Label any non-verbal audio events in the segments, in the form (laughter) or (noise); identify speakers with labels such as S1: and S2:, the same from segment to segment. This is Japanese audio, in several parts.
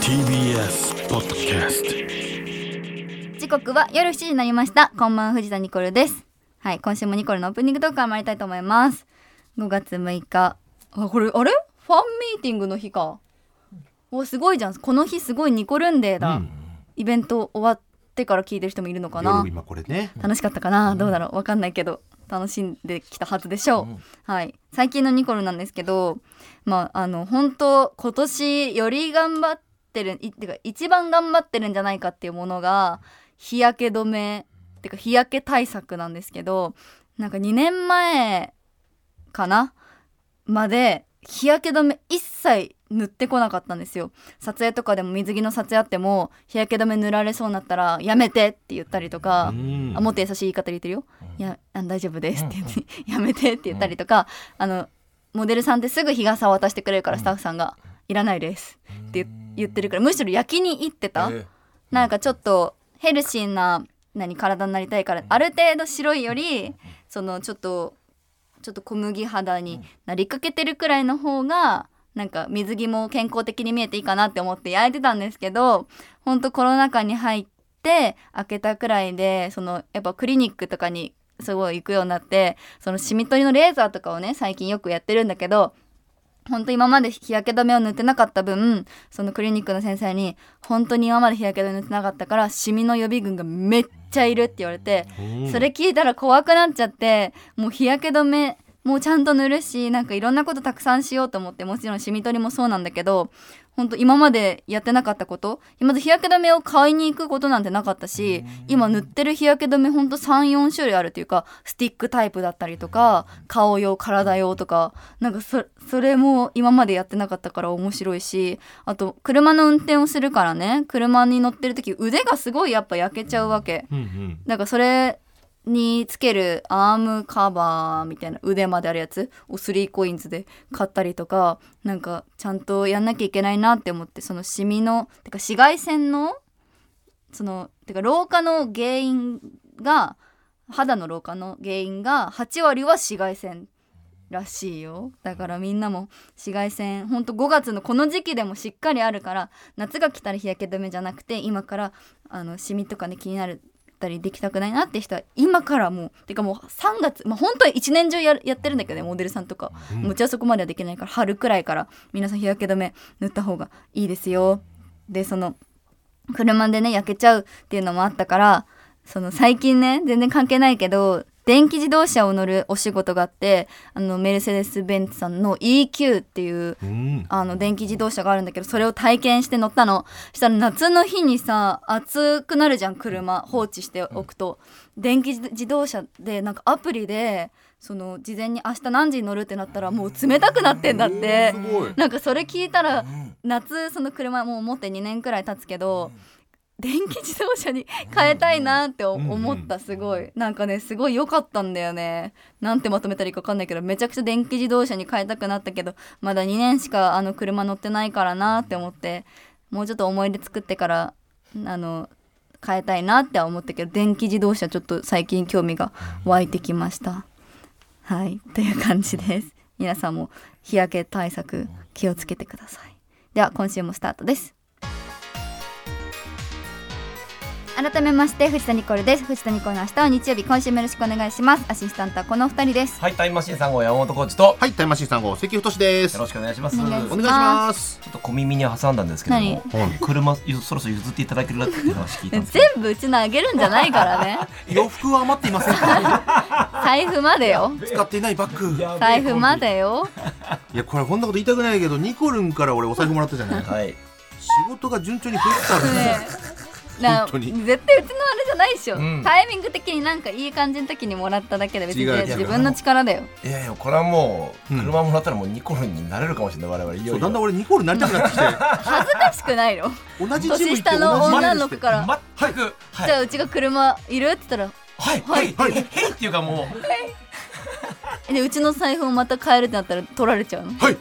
S1: TBS ポッドキャスト
S2: 時刻は夜7時になりましたこんばんは藤田ニコルですはい今週もニコルのオープニングトークを参りたいと思います5月6日あこれあれファンミーティングの日かおすごいじゃんこの日すごいニコルンデーだ、イベント終わってから聞いてる人もいるのかな
S3: 夜今これね
S2: 楽しかったかな、どうだろうわかんないけど楽しんできたはずでしょう、はい最近のニコルなんですけどまああの本当今年より頑張ってるいてか一番頑張ってるんじゃないかっていうものが日焼け止めてか日焼け対策なんですけどなんか2年前かなまで日焼け止め一切塗ってこなかったんですよ撮影とかでも水着の撮影あっても日焼け止め塗られそうになったら「やめて」って言ったりとか、
S3: うん
S2: あもっと優しい言い方で言ってるよ「いやあ大丈夫です」って言って (laughs) 「やめて」って言ったりとか、あのモデルさんってすぐ日傘を渡してくれるからスタッフさんが「いらないです」って言言ってるからむしろ焼きに行ってた、
S3: え
S2: なんかちょっとヘルシーな何体になりたいからある程度白いよりそのちょっとちょっと小麦肌になりかけてるくらいの方がなんか水着も健康的に見えていいかなって思って焼いてたんですけどほんとコロナ禍に入って開けたくらいでそのやっぱクリニックとかにすごい行くようになってそのシミ取りのレーザーとかをね最近よくやってるんだけど本当今まで日焼け止めを塗ってなかった分そのクリニックの先生に「本当に今まで日焼け止め塗ってなかったからシミの予備軍がめっちゃいる」って言われてそれ聞いたら怖くなっちゃってもう日焼け止めもうちゃんと塗るしなんかいろんなことたくさんしようと思ってもちろんシミ取りもそうなんだけど本当今までやってなかったこと今まで日焼け止めを買いに行くことなんてなかったし今塗ってる日焼け止めほんと34種類あるというかスティックタイプだったりとか顔用体用とかなんかそそれも今までやってなかったから面白いしあと車の運転をするからね車に乗ってる時腕がすごいやっぱ焼けちゃうわけ。
S3: うんうん
S2: なんかそれにつけるアームカバーみたいな腕まであるやつをスリーコインズで買ったりとかなんかちゃんとやんなきゃいけないなって思ってそのシミのてか紫外線のそのてか老化の原因が肌の老化の原因が8割は紫外線らしいよだからみんなも紫外線ほんと5月のこの時期でもしっかりあるから夏が来たら日焼け止めじゃなくて今からあのシミとかね気になるったりできたくないなって人は今からもうてかもう3月まあ本当は一年中やるやってるんだけどねモデルさんとか、もちろんそこまではできないから春くらいから皆さん日焼け止め塗った方がいいですよでその車でね焼けちゃうっていうのもあったからその最近ね全然関係ないけど電気自動車を乗るお仕事があってあのメルセデス・ベンツさんの EQ っていう
S3: うん
S2: あの電気自動車があるんだけどそれを体験して乗ったのしたら夏の日にさ暑くなるじゃん車放置しておくと、電気自動車でなんかアプリでその事前に明日何時に乗るってなったらもう冷たくなってんだって、
S3: すごい
S2: なんかそれ聞いたら夏その車もう持って2年くらい経つけど、電気自動車に (laughs) 変えたいなって思ったすごいなんかねすごい良かったんだよねなんてまとめたらいいか分かんないけどめちゃくちゃ電気自動車に変えたくなったけどまだ2年しかあの車乗ってないからなって思ってもうちょっと思い出作ってからあの変えたいなっては思ったけど電気自動車ちょっと最近興味が湧いてきました。はい、という感じです。皆さんも日焼け対策気をつけてください。では今週もスタートです。改めまして藤田ニコルです。藤田ニコルの明日は日曜日、今週もよろしくお願いします。アシスタントはこのお二人です。
S4: はい、タイムマシーン3号山本コーチと、
S3: はいタイムマシーン3号関太です
S4: よろしくお願いします。
S2: お
S4: ち
S2: 願いし
S4: ょ
S2: ま
S3: お願いします
S4: っと小耳に挟んだんですけども、
S3: 何
S4: 車ゆそろそろ譲っていただけるなっていう話聞いた
S2: 全
S4: んですけど、
S2: 部うちのあげるんじゃないからね。
S3: 洋服は (laughs) 余っていませんか
S2: 財布までよ。
S3: 使っていないバッグ
S2: 財布までよ。
S3: いやこれこんなこと言いたくないけどニコルンから俺お財布もらったじゃない
S4: はい、
S3: 仕事が順調に増えてたんですよ
S2: ねえな
S3: 本当に
S2: 絶対うちのあれじゃないでしょ、
S4: うん
S2: タイミング的になんかいい感じの時にもらっただけで別に
S3: 違う違う
S2: 自分の力だよ
S4: いやいや、これはもう、
S3: うん
S4: 車もらったらもうニコルになれるかもしれない、我々。いよいよ
S3: そうだんだん俺ニコルンになりたくなって
S2: 恥ずかしくない
S3: き
S2: の
S3: て同じチーム
S2: 年
S3: 行って
S2: 下の
S3: 同じマネ
S2: 女
S3: ージ
S2: の
S3: し
S2: 子
S3: て
S2: から、
S4: 全く、はい、
S2: じゃ
S4: は
S2: あ
S4: い、
S2: うちが車いるって言ったら
S4: はい、
S2: はい
S4: はい、へいへいっていうかもう、
S2: でうちの財布をまた買えるってなったら取られちゃうの
S3: はい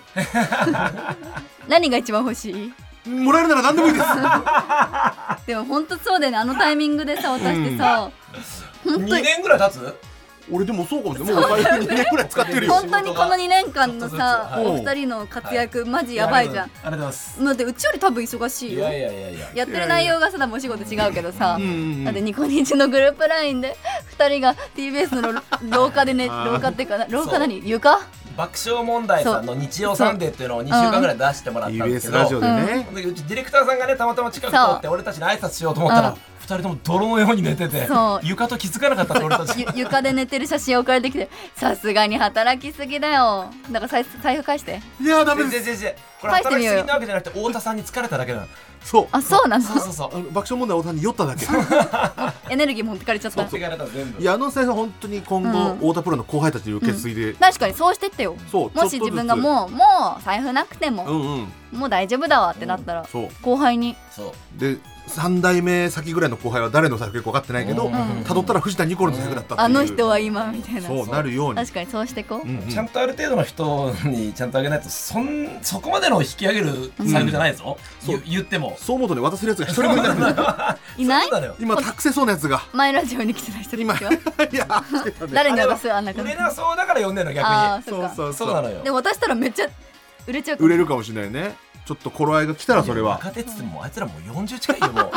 S2: 何が一番欲しい
S3: もらえるなら何でもいいです
S2: でも本当そうだよねあのタイミングでさ私ってさ、
S4: 2
S2: 本当に
S4: 年ぐらい経つ
S5: 俺でもそうかもしれないもうお財布2年くらい使ってるよ
S2: 本当にこの2年間のさ
S4: ち
S5: ょ
S2: お
S5: っとずつはい
S2: 二人の活躍マジやばいじゃん
S4: ありがとうございます
S2: だってうちより多分忙しい
S4: い
S2: よ
S4: やいやいやいや
S2: やってる内容がさ多分お仕事違うけどさ
S5: うんうんうん
S2: だってニコニチのグループ LINE で2人が TBS の廊下でね廊下っていうかな廊下何床
S4: 爆笑問題さんの日曜サンデーっていうのを2週間ぐらい出してもらったんです
S5: UBS
S4: けど
S5: ラジオでね、
S4: でうちディレクターさんがねたまたま近く通って
S2: そ
S4: 俺たちに挨拶しようと思った
S2: う
S4: ら
S2: ん
S4: 二人とも泥のように寝てて
S2: そう
S4: 床と気づかなかったって俺たち
S2: ゆ床で寝てる写真送られてきてさすがに働きすぎだよだから財布財布返して
S5: いやーダメ
S4: 全
S5: です
S4: 然全
S2: (laughs)
S4: 然これ
S2: 返して
S4: 働
S2: み
S4: き
S2: よう
S4: す
S2: よ
S4: ぎなわけじゃなくて太田さんに疲れただけ
S2: (laughs)
S4: なの
S5: そう
S2: あそうなの
S4: そうそうそう
S5: あの爆笑問題大谷に酔っただけ
S2: エネルギー持ってかれちゃっ
S4: 持
S2: た
S4: ってかれた全部
S5: いやあの財布は本当に今後、太田プロの後輩たちに受け継いで、
S2: 確かにそうしてってよ
S5: そう
S2: もし自分が
S5: う
S2: もうもう財布なくて
S5: う
S2: も
S5: んうん
S2: もう大丈夫だわってなったら
S5: そう
S2: 後輩に
S4: そう
S5: で3代目先ぐらいの後輩は誰の財布かよく分かってないけど
S4: うん
S5: たどったら藤田ニコルの財布だったっていう
S2: あの人は今みたいな
S5: そうなるように
S2: 確かにそうしてこう
S5: うんうん
S4: ちゃんとある程度の人にちゃんとあげないとそんそこまでの引き上げる財布じゃないぞ、
S5: うん
S4: ゆ言っても
S5: そう思うとね渡せるやつが一人もいない
S2: いない
S4: そうだよ
S5: 今託せそうなやつが
S2: 前ラジオに来てた人 (laughs) ですよ
S5: いや来てたね
S2: 誰に渡すあんな
S4: 売
S2: 感じ
S4: れなそうだから呼んでるの逆
S2: ああ
S4: に
S2: そっ
S5: そう
S2: か
S5: そう
S4: そ
S5: そう
S4: な
S5: う
S4: のよ
S2: でも渡したらめっちゃ売れちゃうかも
S5: 売れるかもしれないねちょっと頃合いが来たらそれは
S4: 若手っつってもあいつらもう40近いよもう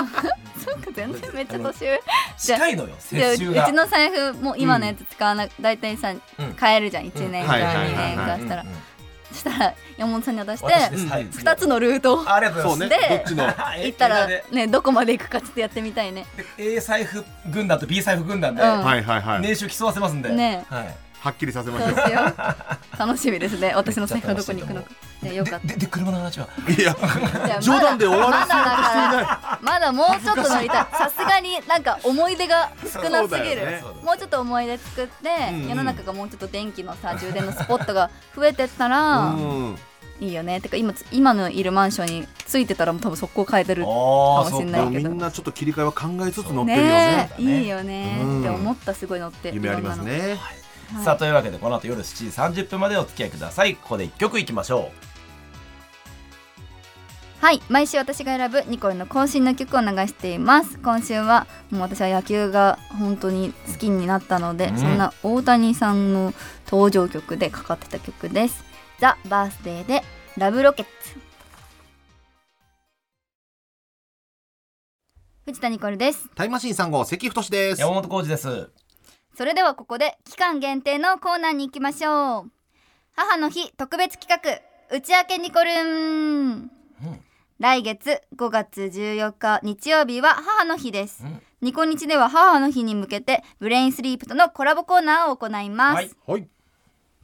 S2: そうか全然めっちゃ年上
S4: 近いのよ
S2: (laughs) じゃあう
S4: 接
S2: ち
S4: 種が
S2: の財布もう今のやつ使わな大体さ
S4: うん
S2: 買えるじゃん1年か
S5: はいはい
S2: 2
S5: はい
S2: 年
S5: はい
S2: かしたら
S4: うんうんうん
S2: そしたら山本さんに渡して
S4: 私ですはい
S2: 2つのルートを
S4: あありがとう
S5: そ
S4: ご
S5: う
S4: ざ
S5: ね
S4: い
S5: ど
S2: で
S5: っちの
S4: ます
S2: 行ったら
S4: みんなで
S2: ねどこまで行くかちょっとやってみたいね
S4: A 財布軍団と B 財布軍団で
S2: うん
S5: はいはいはい
S4: 年収競わせますんで
S2: ね
S4: はい
S5: はっきりさせま
S2: そ
S5: (laughs)
S2: う
S5: し
S2: しよう楽しみですね私の財布はどこに行くのかねよかった
S4: でで車の話は
S5: ょういや
S2: じゃあまだ
S5: 冗談で終わらせようとしていない
S2: まだもうちょっと乗りたいさすがになんか思い出が少な
S5: そ
S2: す
S5: う
S2: ぎ
S5: だよ
S2: る
S5: ね
S2: もうちょっと思い出作って
S5: うんうん
S2: 世の中がもうちょっと電気のさ充電のスポットが増えてったら
S5: うん
S2: いいよねてか今つ今のいるマンションについてたらもう多分速攻変えてる
S4: あ
S2: かもしん
S5: で
S2: ない
S5: も
S2: け
S5: み
S2: ど
S5: んなちょっと切り替えは考えつつ乗ってるよ
S2: ね
S5: ね
S2: えいいよね
S5: うん
S2: って思ったすごい乗って
S5: 夢ありますね
S2: いろんなの
S4: さあというわけでこの後夜7時30分までお付き合いくださいここで一曲いきましょ
S2: はい毎週私が選ぶニコルの更新の曲を流しています今週はもう私は野球が本当に好きになったので、
S4: うん
S2: そんな大谷さんの登場曲でかかってた曲です「ザ・バースデーで「ラブロケッツ」藤田ニコルです
S5: タイムマシーン3号関太で
S4: う
S5: す
S4: 山本浩二です
S2: それではここで期間限定のコーナーに行きましょう母の日特別企画打ち明けニコルン
S4: うん
S2: 来月5月14日日曜日は母の日です、
S4: うん
S2: ニコニチでは母の日に向けてブレインスリープとのコラボコーナーを行います、
S4: はい
S5: はい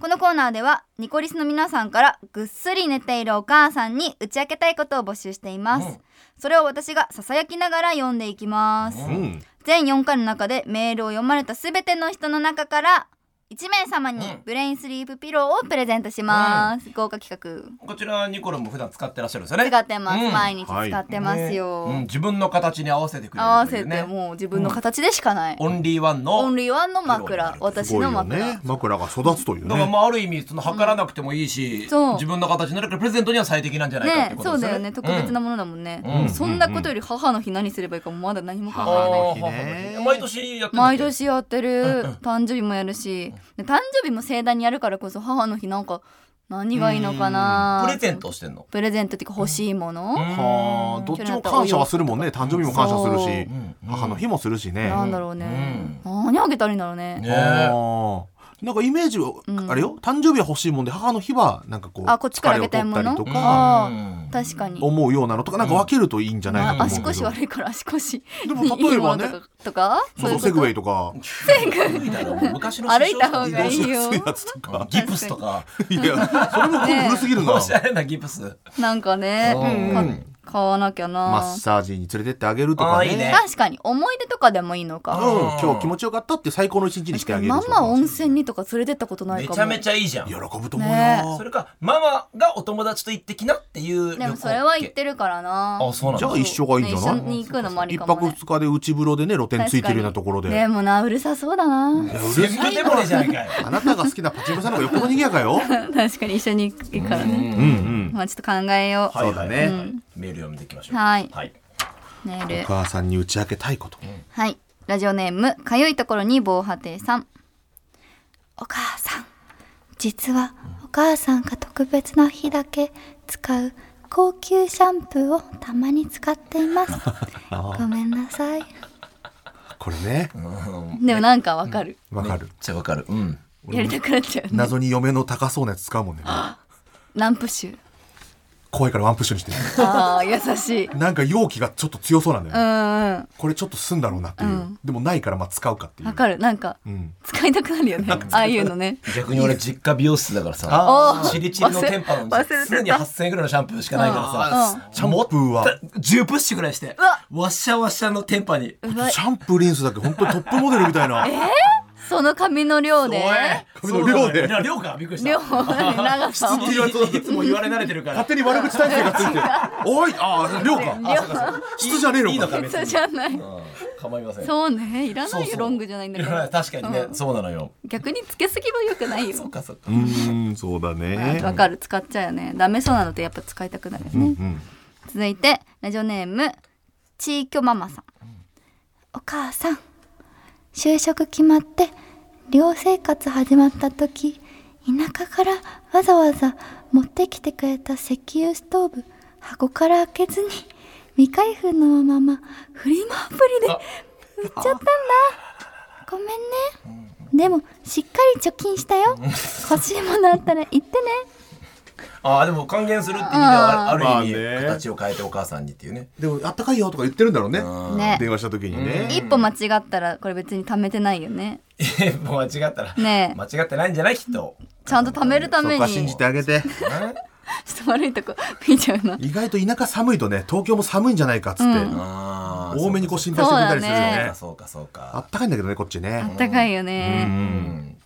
S2: このコーナーではニコリスの皆さんからぐっすり寝ているお母さんに打ち明けたいことを募集しています、
S4: うん
S2: それを私がささやきながら読んでいきます、
S4: う
S5: うん
S2: 全4回の中でメールを読まれたすべての人の中から1名様に
S4: うん
S2: ブレインスリープピローをプレゼントします、豪華企画
S4: こちらニコルも普段使ってらっしゃるんですよね
S2: 使ってます、
S4: うん
S2: 毎日使ってますよ、
S4: ねうん自分の形に合わせてくれる
S2: 合わ
S4: とい
S2: せ
S4: うね
S2: てもう自分の形でしかない、
S4: オンリーワンの
S2: オンリーワンの枕
S4: ピロー
S2: 私
S5: すごい
S2: の
S5: よ
S2: 枕、
S5: ね枕が育つという
S4: だから
S5: ね
S4: まあある意味その測らなくてもいいし、
S2: そう
S4: 自分の形になるからプレゼントには最適なんじゃないかって
S2: ね
S4: こと
S2: そ
S4: で
S2: う
S4: すよ
S2: だ
S4: ね。
S2: よね特別なものだもんね、
S4: うん
S2: そんなことより母の日何すればいいかもまだ何も考えて
S4: あ
S2: な
S5: 母
S2: い、
S5: の
S4: ー
S5: 日ね
S4: 毎年やってるんだっけ
S2: 毎年やってる誕生日もやるしで誕生日も盛大にやるからこそ母の日なんか何がいいのかな
S4: プレゼントしてんの。
S2: プレゼントっていうか欲しいもの、
S5: はあどっちも感謝はするもんね誕生日も感謝するし
S4: うん
S5: 母の日もするしね
S2: なんだろうね、何あげたらいいんだろうね
S4: ね
S5: あ
S4: え
S5: ーなんかイメージは、
S2: ん
S5: あれよ誕生日は欲しいもんで母の日はなんかこう
S2: あこっちからあげたいもの
S5: 疲れを取ったりと
S4: うん
S5: か、
S2: 確かに、
S5: 思うようなのとかなんか分けるといいんじゃないか
S2: あ
S5: と思うけ
S2: 足
S5: ど、
S2: 腰悪いから足腰
S5: でも
S2: にい
S5: 例
S2: い
S5: え
S2: も
S5: ば (laughs)
S2: の
S5: ね
S2: とかとか
S5: そうそ
S2: い
S5: う
S2: こ
S5: セ
S2: と
S5: グウェイとか
S4: みたいなもう昔の
S2: 歩いた方
S4: 首
S2: が
S4: 相
S2: いい
S5: 移動しや
S2: よ
S5: すいやつと
S4: とか
S5: か
S4: ギプスとか
S5: いやそれも今度古すぎるな、
S4: おしゃれなギプス。
S2: なんかね、
S4: うん
S5: うん
S2: 買わなきゃ
S5: マ
S2: な
S5: ッサージに連れてってあげるとか
S4: あ
S5: ね
S4: ーいいね
S2: 確かに思い出とかでもいいの
S5: うん
S2: か
S4: あー
S5: 今日気持ちよかったって最高の一日にしてあげる
S2: マ
S5: とか
S2: マ温泉にとか連れてったことない
S4: め
S2: かも
S4: ちゃめちゃいいじゃん。
S5: 喜ぶと思うよ、
S2: ね
S4: それかママがお友達と行ってきなっていう旅行
S2: でもそれは言ってるからな
S4: あそうなん
S5: じ
S4: だ
S5: ゃあ。一緒がいいんじゃない
S2: ね一緒に行くのもあり
S5: 一
S2: かも、
S5: 泊
S2: ね、
S5: 二日で内風呂でね露天ついてるようなところで
S2: でもなうるさそうだな
S5: いやうる
S4: 全部でもねじゃないかよ。
S5: あなたが好きなパチンコ屋さんの方がよっぽど賑やかよ
S2: (laughs) 確かに一緒に行くから
S5: うん
S2: ね
S5: うん
S2: まあちょっと考えよう、
S4: はい
S5: そうだね
S4: はいメール読んでいきましょう。
S2: はい
S4: はい。
S2: メー
S5: お
S2: ル
S5: 母さんに打ち明けたいこと
S2: はいラジオネームかゆいところに防波堤さん
S6: お母さん実はお母さんが特別な日だけ使う高級シャンプーをたまに使ってい
S2: (laughs)
S6: ますごめんなさい
S5: これね
S2: でもなんかわかる、
S5: わかる
S4: めっちゃわかるうん
S2: やりたくなっちゃう、
S5: 謎に嫁の高そうなやつ使うもんね
S2: ナンプッシュ
S5: 怖いからワンプッシュにしてる
S2: ああ優しい
S5: なんか容器がちょっと強そうなんだよ
S2: う
S5: ね
S2: んうん
S5: これちょっとすんだろうなっていう、でもないからまあ使うかっていう
S2: わかるなんか
S5: うん
S2: 使いたくなるよねああいうのね
S4: 逆に俺実家美容室だからさ
S5: あ
S4: チリチリの店舗なの
S2: 忘れ忘
S4: に
S2: れてた
S4: 常に8000円ぐらいのシャンプーしかないからさ
S5: あシャンプーは
S4: 10プッシュぐらいして
S2: わ
S4: わっしゃわっしゃの店舗に
S2: うわ
S5: シャンプーリンスだけ本当にトップモデルみたいな
S2: その髪の量で
S5: 髪の量で
S4: そうだね量かびっくりした
S2: 量の長さ (laughs) を
S4: いいいつも言われ慣れてるから
S5: 勝手に悪口体制がついてるおいああ量 (laughs) か質じゃねえ
S4: いい
S5: の
S4: の
S5: か
S4: か別
S2: そう
S4: に
S2: じゃない
S4: 構いません
S2: そうねいらない
S4: そうそ
S2: よ
S4: う
S2: ロングじゃないんだ
S4: い
S2: か
S4: や
S2: ら
S4: 確かにねそうなのよ
S2: 逆につけすぎはよくないよ
S4: そっかそっか
S5: うーんそうだね
S2: わかる使っちゃうよねダメそうなのってやっぱ使いたくなるよね、
S5: うん
S2: 続いてラジオネームちいきょママさん
S6: お母さん就職決まって寮生活始まった時田舎からわざわざ持ってきてくれた石油ストーブ箱から開けずに未開封のままフリマアプリで売っちゃったんだごめんねでもしっかり貯金したよ欲しいものあったら言ってね
S4: ああでも還元するって意味ではある
S5: まあ
S4: ある意
S5: ね
S4: 味形を変えてお母さんにっていうね
S5: でもあったかいよとか言ってるんだろうね
S2: ね
S5: 電話した時にね
S2: 一歩間違ったらこれ別に貯めてないよね
S4: え (laughs) もう間違ったら
S2: ねえ
S4: 間違ってないんじゃないきっと
S2: ちゃんと貯めるた
S5: そ
S2: めに
S5: うか信じてあげて
S4: ね
S2: ちょっと悪いとこ (laughs) 見ちゃうな
S5: 意外と田舎寒いとね東京も寒いんじゃないかっつって、
S4: (laughs) あー
S5: 多めにこう心配してくれたりするよ
S2: そう
S5: ね
S2: だ
S4: そうかそうかそう
S5: あ
S4: か
S5: ったかいんだけどねこっち
S2: あ
S5: ね
S2: ったかいよ
S5: う
S2: ね
S5: ん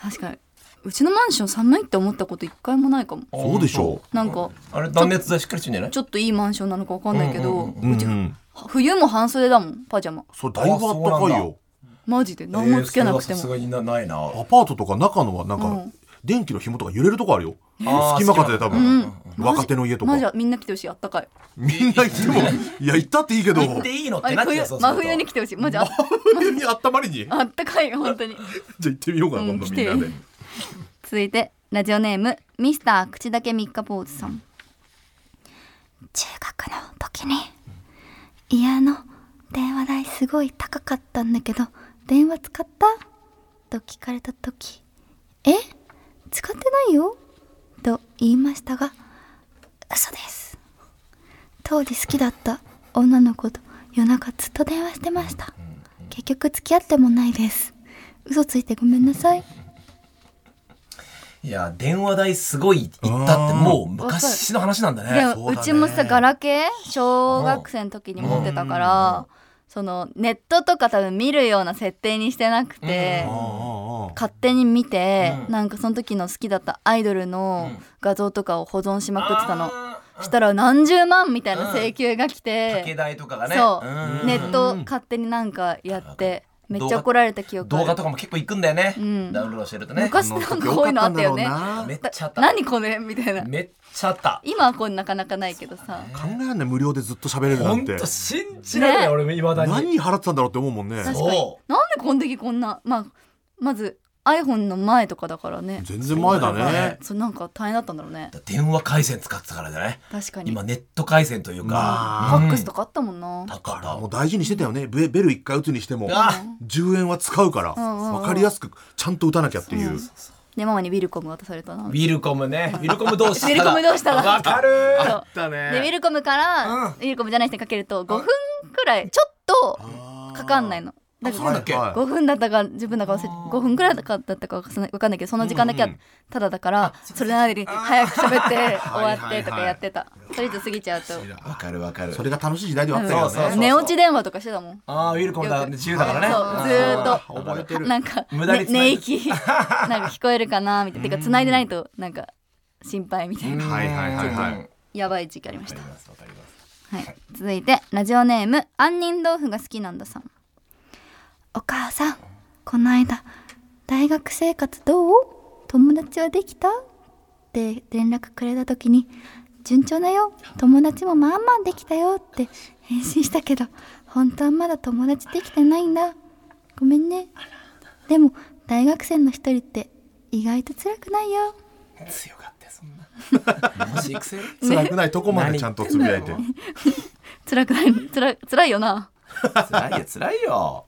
S2: 確かにうちのマンション寒いって思ったこと一回もないかも
S5: そうでしょ
S2: なんか
S4: あれ断熱材しっかりしてんじゃない
S2: ちょっといいマンションなのかわかんないけど
S5: う、
S2: うち
S5: ん
S2: 冬も半袖だもんパジャマ
S5: そうだいぶあったかいよ
S2: マジで何もつけなくて
S4: えー
S2: も、
S4: それはさすがになないな
S5: アパートとか中のはなんか、
S2: うん
S5: 電気の紐とか揺れるとこあるよ
S4: あー
S5: 隙間風で多
S2: う
S5: 分
S2: ん、
S5: 若手の家とか
S2: マジみんな来てほしいあったかい
S5: みんな行ってもいや行ったっていいけど
S4: 行っていいのっ
S2: あ
S4: て
S2: れ
S4: なっち
S2: 冬
S4: ゃうそうすると
S2: 真冬に来てほしいマジあ
S5: 冬 (laughs) にあったまりにじゃ
S2: あったかいよ本当に
S5: あ行ってみようかな
S2: うん
S5: 今度みんな
S2: 来
S5: で
S2: て続いてラジオネームミスター口だけ三日坊主さん
S6: 中学の時に家の電話代すごい高かったんだけど電話使ったと聞かれた時「え使ってないよ」と言いましたが嘘です当時好きだった女の子と夜中ずっと電話してました結局付き合ってもないです嘘ついてごめんなさい
S4: いや電話代すごい行ったってもう昔の話なんだ
S2: で
S4: ね
S2: もう,、ちもさガラケー小学生の時に持ってたから、そのネットとか多分見るような設定にしてなくて、勝手に見て、
S4: うん
S2: なんかその時の好きだったアイドルの
S4: うん
S2: 画像とかを保存しまくってたの、
S4: あ
S2: したら何十万みたいな請求が来
S4: ー竹
S2: て、
S4: 代とかがね
S2: そうんネット勝手になんかやってめ
S4: ん
S2: っちゃ怒られた記憶あ
S4: 動
S2: る
S4: 画とかも結構行くんだよね、
S2: うん
S4: ダウンロードしてるとね
S2: 昔なんかこういうのあったよね
S5: 考
S4: めっちゃあった
S2: 何これみたいな
S4: めっちゃあった
S2: 今はこうなかなかないけどさ
S5: えらんない無料でずっと喋れるな
S4: ほ
S5: ん
S4: ん
S5: て
S4: と信じられない、
S2: ね
S4: 俺もいまだに
S5: 何払ってたんだろうって思うもんね
S2: 確かに
S4: そ
S2: なんでこん時こんなまあまず iPhone の前とかだからね
S5: 全然前だ
S4: そうだ
S5: ね
S4: ね
S2: そうなんか大変だったんだろうね
S4: う電話回線使ってたからじゃない
S2: 確かに
S4: 今ネット回線という
S5: ま
S4: か、
S2: ファックスとかあったもんな、
S4: だ
S5: だからも
S4: か
S5: う大事にしてたよねベベル1回打つにしても
S4: らあ
S5: 10円は使うから
S2: んうんうん
S5: 分かりやすくちゃんと打たなきゃっていう
S2: でママにウィルコム渡されたな
S4: ウィルコムねウィルコム同士
S2: ウィルコム同士だ
S4: わかる
S2: そうでウィルコムから、ウィルコムじゃない人にかけると5分くらいちょっとかかんないのだ
S4: そうだっけ
S5: はいはい
S2: 5分だったか10分だか忘れ5分くらいだったか分かんないけどその時間だけはただだからそれなりに早く喋って終わってとかやってたそれ以上過ぎちゃうと
S4: わかるわかる
S5: それが楽しい時代ではあったけど
S4: そうそう
S5: ね
S4: そう
S2: 寝落ち電話とかしてたもん
S4: ああウィルコムだ自由だからね
S2: そうずーっと
S4: あー覚えて
S2: なんか
S4: 無駄
S2: ね
S4: に
S2: 寝
S4: (laughs)
S2: 息なんか聞こえるかなみたいなてか繋いでないとなんか心配みたいな
S5: はいはいはいはい
S4: うんわか
S2: やばい時期ありまし
S4: り
S2: た
S4: ますわかります
S2: はい続いてラジオネーム杏仁豆腐が好きなんださん
S6: お母さんこの間大学生活どう友達はできたって連絡くれた時に「順調だよ友達もまあまあできたよ」って返信したけど本当はまだ友達できてないんだごめんねでも大学生の一人って意外と辛くないよ
S4: 強かったよそんなマジ育成
S5: 辛くないとこまでちゃんとつぶやいて
S2: 辛くない辛辛いよな
S4: 辛いよ辛いよ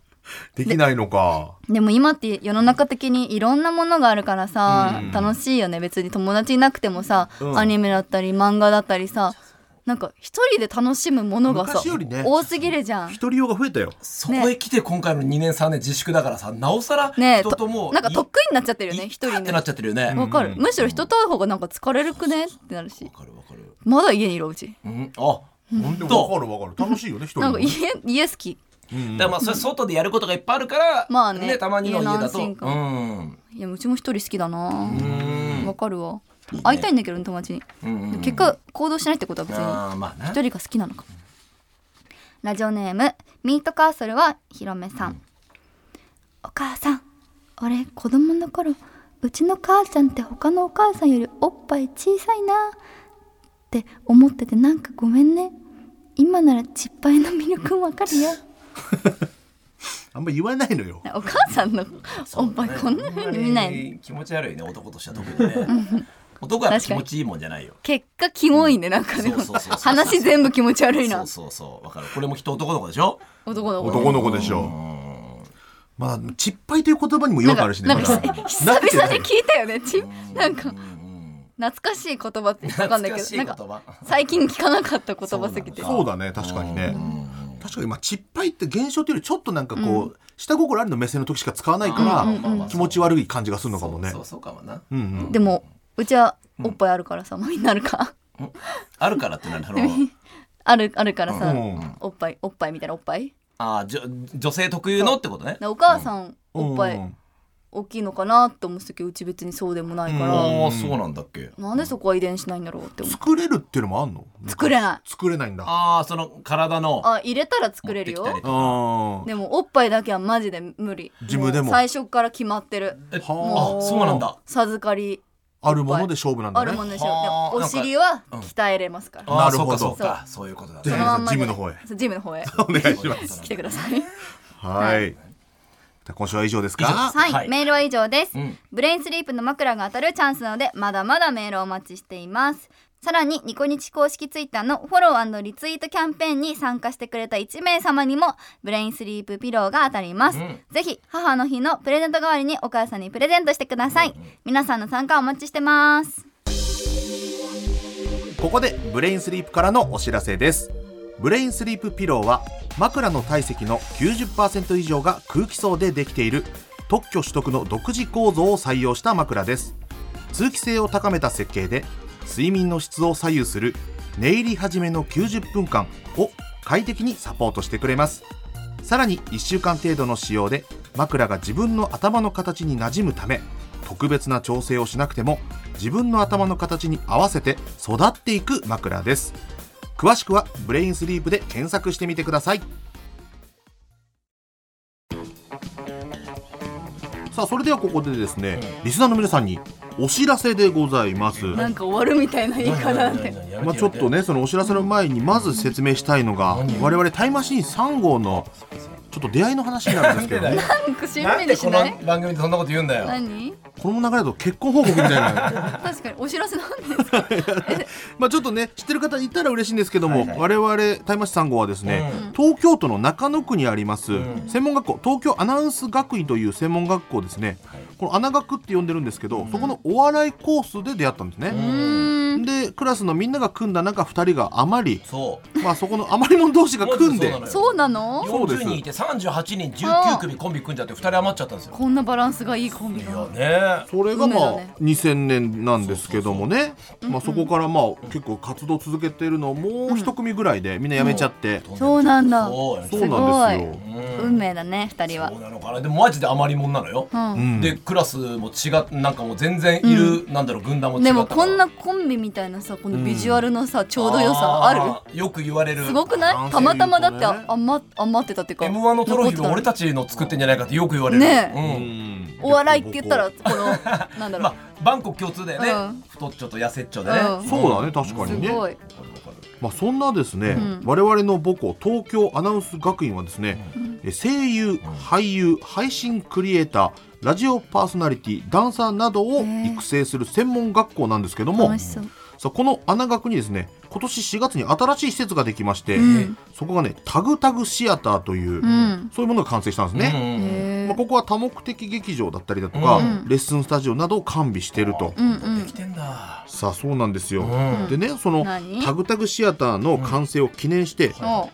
S5: できないのか
S2: でも今って世の中的にいろんなものがあるからさ、楽しいよね別に友達いなくてもさ、アニメだったり漫画だったりさなんか一人で楽しむものがさ、
S5: 昔よりね
S2: 多すぎるじゃん。
S5: 一人用が増えたよ
S4: そこへ来て今回の2年3年自粛だからさなおさら
S2: ねえ
S4: 人ともう
S2: なんかとっくになっちゃってるよね
S4: い
S2: 一
S4: いっ
S2: 人
S4: て
S2: で
S4: なっちゃってるよね
S2: わかる、むしろ人と会う方がなんか疲れるくねってなるし
S4: わかるわかる
S2: まだ家にいろうち
S4: うんあ本
S5: でも
S4: 当
S5: 分かる分かる楽しいよね一人
S2: なん
S5: 用
S2: か家家好き
S4: だからまあそれ外でやることがいっぱいあるから、
S2: まあね
S4: たまにの家だと
S2: 家の安心
S4: うん
S2: いやうちも一人好きだな
S4: うん
S2: わかるわ会いたいんだけどね友達に、
S4: うんうん
S2: 結果行動しないってことは別に
S4: あーまあな
S2: 一人が好きなのかもラジオネームミートカーソルはひろめさん
S6: お母さん俺子供の頃うちの母ちゃんって他のお母さんよりおっぱい小さいなって思っててなんかごめんね今ならちっぱいの魅力もわか
S4: (laughs)
S6: るよ
S5: あんま言わないのよ
S2: お母さんのおっぱいこんな風に見ない、
S4: 気持ち悪いね男としては特に
S2: (laughs)
S4: ね男はやっぱ気持ちいいもんじゃないよ
S2: 結果キモいねなんかでも
S4: そうそうそうそう
S2: 話全部気持ち悪い
S4: そ
S2: な
S4: うそうそうわかるこれもきっと男の子でしょ
S2: 男の子
S5: 男の子でし
S4: う
S5: ょ
S4: ん
S5: まあちっぱいという言葉にも違
S2: な
S5: 和
S2: ん
S5: 感あ
S2: か
S5: るしね
S2: なんか久
S5: 慣れてな
S2: 々
S5: い
S2: に聞いたよねちなんか
S4: うん
S2: 懐かしい言葉って分かんないけ
S4: 懐か
S2: ど
S4: しい
S2: な
S4: 言
S2: んか
S4: 葉
S2: 最近聞かなかった言葉すぎて
S5: そうだね確かにね確かにまあちっぱいって現象というよりちょっとなんかこう下心あるの目線の時しか使わないから気持ち悪い感じがするのかもね
S4: そうそうかもな
S5: うんうん
S2: でもうちはおっぱいあるからさ、まあみんなあるか
S4: あるからってなんだろう
S2: (laughs) あるあるからさ、
S5: うん
S2: おっぱいおっぱいみたいなおっぱい
S4: ああじょ女性特有のってことね
S2: でお母さんおっぱ
S5: う
S2: い
S5: ん
S2: 大きいのかなって思ってたけどうち別にそうでもないか
S4: あ
S2: ら、
S4: あーそうなんだっけ
S2: なんでそこは遺伝しないんだろうって思う
S5: 作れるっていうのもあんの
S2: 作れない
S5: 作れないんだ
S4: ああその体の
S2: あ入れたら作れるよ
S4: 持ってきた
S5: あ
S4: り
S5: ー
S2: でもおっぱいだけはマジで無理
S5: 自分でも
S2: う最初から決まってる
S4: えあ
S5: は
S4: そうなんだ
S2: 授かり
S5: あるもので勝負なん
S2: あ
S5: だ
S2: る
S5: ね
S2: もんでしょ、
S4: はあ
S2: でもお尻は鍛えれますから、
S4: あー
S5: なるほど
S4: そうかそうかそういうことだ
S5: で
S2: そ
S4: ね
S2: のまんまで
S5: ジムの方へ
S2: そうジムの方へ
S5: (laughs) お願いします
S2: 来てください
S5: はいじゃあ今週は以上です
S4: 以上
S5: か
S2: はい、
S4: はい
S2: メールは以上です、
S4: うん
S2: ブレインスリープの枕が当たるチャンスなのでまだまだメールをお待ちしていますさらにニコニチ公式ツイッターのフォローリツイートキャンペーンに参加してくれた1名様にもブレインスリープピローが当たります、
S4: うん
S2: ぜひ母の日のプレゼント代わりにお母さんにプレゼントしてください、皆さんの参加お待ちしてます
S5: ここでブレインスリープからのお知らせですブレインスリープピローは枕の体積の90%以上が空気層でできている特許取得の独自構造を採用した枕です通気性を高めた設計で睡眠の質を左右する寝入り始めの90分間を快適にサポートしてくれますさらに1週間程度の使用で枕が自分の頭の形に馴染むため特別な調整をしなくても自分の頭の形に合わせて育っていく枕です詳しくはブレインスリープで検索してみてくださいさあそれではここでですねリスナーの皆さんにお知らせでございます
S2: なんか終わるみたいな言い方で
S5: まあ、ちょっとねそのお知らせの前にまず説明したいのが我々タイムマシーン3号のちょっと出会いの話になるんですけど、ね、
S2: なんかしん
S4: な
S2: み
S4: ん
S2: り
S4: で
S2: し
S4: こ
S2: ない
S4: の番組でそんなこと言うんだよ (laughs)
S2: 何
S5: この流れだと結婚報告みたいな
S2: 確かにお知らせなんで
S5: (laughs)
S2: す
S5: まあちょっとね知ってる方いたら嬉しいんですけども、我々タイムマシーン3号はですね、
S4: う
S5: 東京都の中野区にあります、
S4: うん
S5: 専門学校東京アナウンス学院という専門学校ですね、
S4: はい
S5: この穴学って呼んでるんですけど、そこのお笑いコースで出会ったんですね、
S2: うん
S5: でクラスのみんなが組んだ中2人が余り
S4: そ
S5: まあそこの余り者同士が
S4: う
S5: 組んで
S2: そうなの
S5: そうで
S4: 40
S5: す
S4: 人いて38人19組コンビ組んじゃって2人余っちゃったんですよ
S2: こんなバランスがいいコンビ
S4: いや
S2: が
S4: ね
S5: それがま
S2: 運命
S5: あ
S2: だね
S5: 2000年なんですけどもねまあそこからまあ結構活動続けてるのをもう一組ぐらいでみんな辞めちゃって、
S2: そうなんだ
S4: そうよね
S5: そうなんですよ
S2: す運命だね二人は
S4: そうなのかなでもマジで余りもんなのよ
S2: うん
S5: うん
S4: でクラスも違っなんかもう全然いる、なんだろう軍団も違った
S2: で
S4: から
S2: もこんなコンビみたいなさこのビジュアルのさ、ちょうど良さある
S4: ーよく言われる
S2: すごくないたまたまだってあ余っ余ってたっていうか
S4: m 1のトロフィーを俺
S2: た
S4: たちの作ってんじゃないかってよく言われる
S2: ね
S4: うん
S5: うん
S2: お笑いって言ったらこ
S4: (laughs)
S2: のなんだろ
S4: ま
S2: う、
S4: あバンコク共通だよね、
S2: うん
S4: 太っちょと痩せっちょでね、
S2: うん
S5: そうだね確か
S2: す
S5: にね
S2: ごい
S5: まあ、そんなですね、
S2: うん
S5: 我々の母校東京アナウンス学院はですね、え声優俳優配信クリエイターラジオパーソナリティダンサーなどを育成する専門学校なんですけども、
S2: 楽しそう
S5: さあこの穴学にですね今年4月に新しい施設ができまして、
S2: うん
S5: そこがねタグタグシアターという、
S2: うん
S5: そういうものが完成したんですね、
S4: ねうん
S2: へ
S5: まあ、
S2: ー
S5: ここは多目的劇場だったりだとか、
S4: うん
S5: レッスンスタジオなどを完備していると、
S2: うんうん
S4: 来てんだ
S5: さあそうなんですよ、
S4: うん
S5: でねその
S2: 何
S5: タグタグシアターの完成を記念して、
S2: お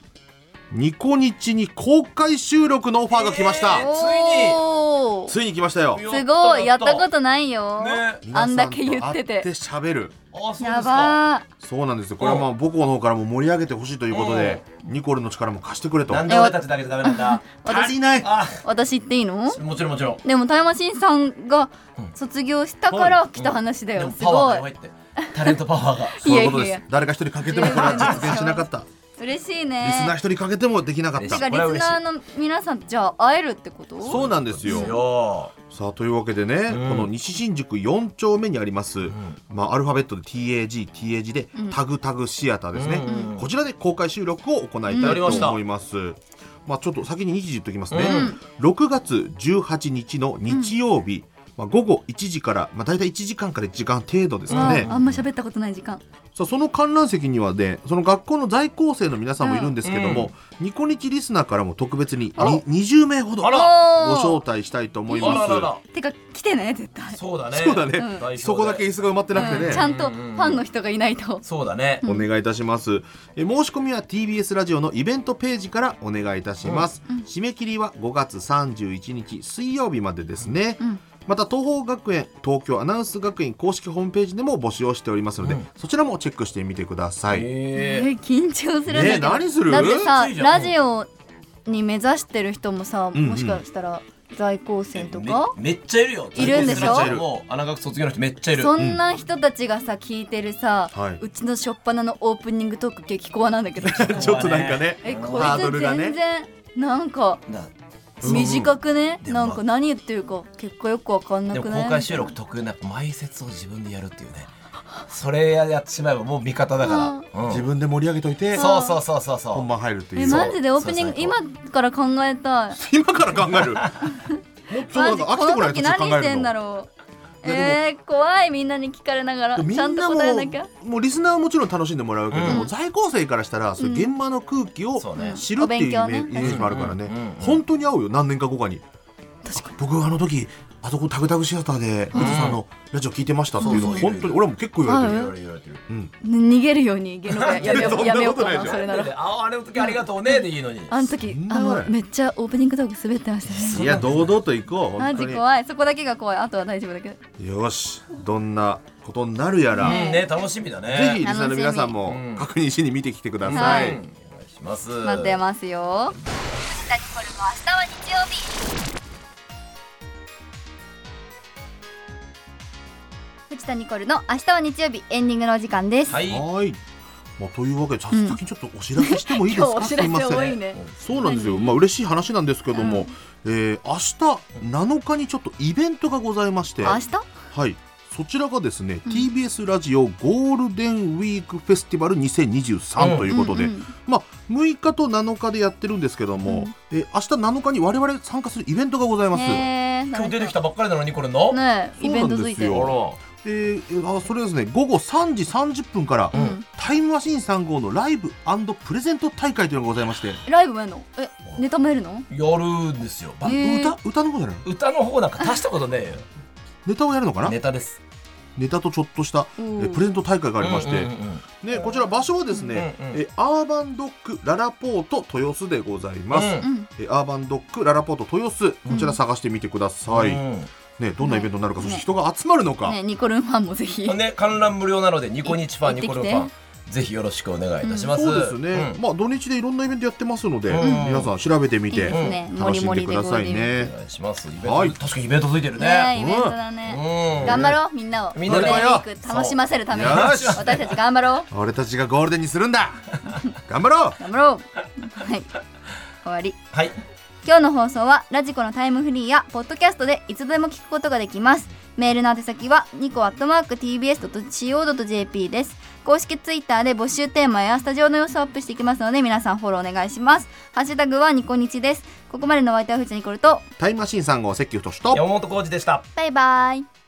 S5: ニコニチに公開収録のオファーが来ました、
S4: えー
S2: おー
S5: ついに来ましたよ
S2: すごいやったことないよ、
S4: ね
S2: あんだけ言ってて
S5: 皆さんと会って喋る
S4: あそうですか
S2: やばー
S5: そうなんですよこれはまあ母校の方からも盛り上げてほしいということで、ニコルの力も貸してくれと
S4: なんで俺たちだけじゃダメなん (laughs) だ
S5: 足りない
S4: あ
S2: 私言っていいの
S4: もちろんもちろん
S2: でもタイマシンさんが卒業したから来た話だ
S4: で
S2: よ、
S4: も
S2: す
S4: パワーが
S2: ご
S4: 弱い
S2: い
S4: ってタレントパワーが
S5: そういうことです
S2: いやいや
S5: 誰か一人欠けてもこれは実現しなかったリ
S2: 嬉しい
S5: スナー
S2: ね
S5: 一人欠けてもできなかってた
S2: かリスナーの皆さんじゃあ会えるってこと
S5: そうなんですよ
S4: よ
S5: さあというわけでね、
S4: ん
S5: この西新宿4丁目にあります、まあ、アルファベットで TAGTAG で、タグタグシアターですね、
S4: う
S5: こちらで公開収録を行いたいと思います、まあ、ちょっと先に日時言っておきますね、6月18日の日曜日、まあ、午後1時から、まあ、大体1時間から1時間程度です
S2: あ
S5: かね、
S2: あんま喋ったことない時間
S5: さあその観覧席にはねその学校の在校生の皆さんもいるんですけども、ニコニチリスナーからも特別にに20名ほどご
S4: あら
S5: 招待したいと思います。
S4: あららら
S2: てか来てね絶対、
S4: そうだね
S5: そうだね、
S2: ん
S4: 代表で
S5: そこだけ椅子が埋まってなくて
S2: う
S5: ね、
S2: んちゃんとファンの人がいないと、
S4: そうだね
S5: お願いいたしますえ申し込みは TBS ラジオのイベントページからお願いいたします、締め切りは5月31日水曜日までですね、また東方学園東京アナウンス学院公式ホームページでも募集をしておりますので、そちらもチェックしてみてください、
S2: え
S4: へえ
S2: ー緊張するんだけ
S5: ねえ
S2: ど
S5: 何する
S2: だってさ
S4: ついじゃん
S2: ラジオに目指してる人もさ、
S5: ん
S2: もしかしたら在校生とか、
S4: めめっちゃいるよ
S2: いるんでしょ
S4: めっちゃいるもう穴学卒業の人めっちゃいる
S2: そんな人たちがさ聞いてるさ、
S5: はいう
S2: ちの初っ端のオープニングトーク激コアなんだ
S5: (laughs)
S2: けど
S5: ちょっとなんかね
S2: えこ
S5: ハード
S2: い
S5: ル
S2: つ
S5: がね
S2: 全然なんか
S4: な
S2: 短くね、
S4: でも
S2: なんか何言ってるか結構よくわかんな
S4: で
S2: く
S4: も
S2: ない
S4: 公開収録特有のやっぱ前説を自分でやるっていうねそれやってしまえばもう味方だから、うん
S5: 自分で盛り上げといて
S4: そうそうそうそうそ
S5: 本
S4: う
S5: 番入るってい
S2: え
S5: う
S2: マジでオープニング
S4: そう
S2: 今から考えたい
S5: 今から考えるもうちょっとなんか飽きてこない途中考えるの
S2: マジこの時何してんだろうえー、怖いみんなに聞かれながら
S5: み
S2: ちゃん
S5: ん
S2: と
S5: なも
S2: 答えなきゃ
S5: もうリスナーはもちろん楽しんでもらうけど、
S4: うん
S5: もう在校生からしたらそういう現場の空気を
S4: そうね
S5: 知るっていうイメ,、
S2: お勉強ね
S5: イメージもあるからね、
S4: うんうんうん
S5: 本当に合うよ何年か後かに僕あの時あそこタグタグシアターで伊藤さんのラジオ聞いてましたっていうの
S4: うん
S5: 本当に俺も結構言われてる、
S4: いろいろ言われてる
S2: 逃げるように芸能界やめよ
S5: (laughs) そんなことないう
S2: やめようか
S5: でしょ
S2: なそれなら
S4: あああれの時ありがとうねでいいのに
S2: あの時
S5: んな
S2: あ
S5: ことない
S2: のめっちゃオープニングトーク滑ってましたね
S5: いや堂々と行こう
S2: マ
S5: 本
S2: ジ
S5: 当に
S2: 怖いそこだけが怖いあとは大丈夫だけど
S5: よしどんなことになるやら、
S4: うんね楽しみだね
S5: ぜひリスナーの皆さんも
S4: うん
S5: 確認しに見てきてくだ
S4: は
S5: さい、
S4: い、お願いします
S2: 待ってますよ
S6: 北ニコルの明日は日曜日
S2: 藤田ニコルの明日は日曜日エンディングのお時間です、
S4: はい
S5: はい。まあ、というわけで、さ先にちょっとお知らせしてもいいです
S2: 今日
S5: か。
S2: (laughs) お知らせ
S5: すいません
S2: 多いね
S5: そうなんですよ。まあ、嬉しい話なんですけども、えー明日7日にちょっとイベントがございまして。
S2: 明日
S5: はい。そちらがですね、TBS ラジオゴールデンウィークフェスティバル
S4: う
S5: 2023
S4: ん
S5: ということで、
S2: うんうん
S5: まあ6日と7日でやってるんですけども、えー明日7日に我々参加するイベントがございます。
S2: へー
S4: 今日出てきたばっかりなのにこれの、
S2: ねえイベントついてる
S5: そうなんですよえーえーあそれはですね午後3時30分から、
S4: ん
S5: タイムマシーン3号のライブプレゼント大会というのがございまして、
S2: ライブもやるのえネタもやるの
S4: やるんですよ、ば
S2: えー
S5: 歌歌の方じゃないの
S4: 歌の方なんか足したことねえよ
S5: ネタをやるのかな、
S4: ネタです
S5: ネタとちょっとした、え
S2: うん
S5: ープレゼント大会がありまして、
S4: うんうんうん
S5: ね、こちら場所はですね、
S4: うんうん
S5: えーアーバンドックララポート豊洲でございます、
S4: うん
S2: うん
S5: えーアーバンドックララポート豊洲こちら探してみてください、ね、どんなイベントになるか、
S2: ね
S5: そして人が集まるのか、
S2: ねえニコルンファンもぜひ
S4: うんね観覧無料なのでニコニチファ
S2: 行っ
S4: ンニ
S2: てき
S4: コ
S2: て
S4: ルファンぜひよろしくお願いいたします、
S5: そうですね、
S4: うん
S5: まあ土日でいろんなイベントやってますので、
S4: うん
S5: 皆さん調べてみ
S2: いいで
S5: て
S2: すねモ
S5: 楽
S2: リ
S5: しん
S2: モ
S5: で
S2: リ
S5: く
S2: で
S5: だ
S2: ゴー
S5: さ
S2: ルデ
S5: い
S2: ンウィー
S5: ね
S4: お願いしますイベント、
S5: はい
S4: 確かにイベントついてる
S2: クねえ
S4: ね
S2: イベントだね
S4: うん
S2: 頑張ろうみんなを
S4: みんなで
S2: ゴールデンウィーク楽しませるために
S5: そうよし
S2: 私たち頑張ろう
S5: 俺たちがゴール
S4: (laughs)
S5: デンにするんだ頑張ろう
S2: 頑張ろうはい終わり
S4: はい
S2: 今日の放送はラジコのタイムフリーやポッドキャストでいつでも聞くことができますメールの宛先はニコアットマーク TBS.CO.JP です公式ツイッターで募集テーマやスタジオの様子をアップしていきますので皆さんフォローお願いしますハッシュタグはニコニチですここまでのお相手は藤ニコルと
S5: タイムマシーン3号関太と
S4: 山本浩二でした
S2: バイバイ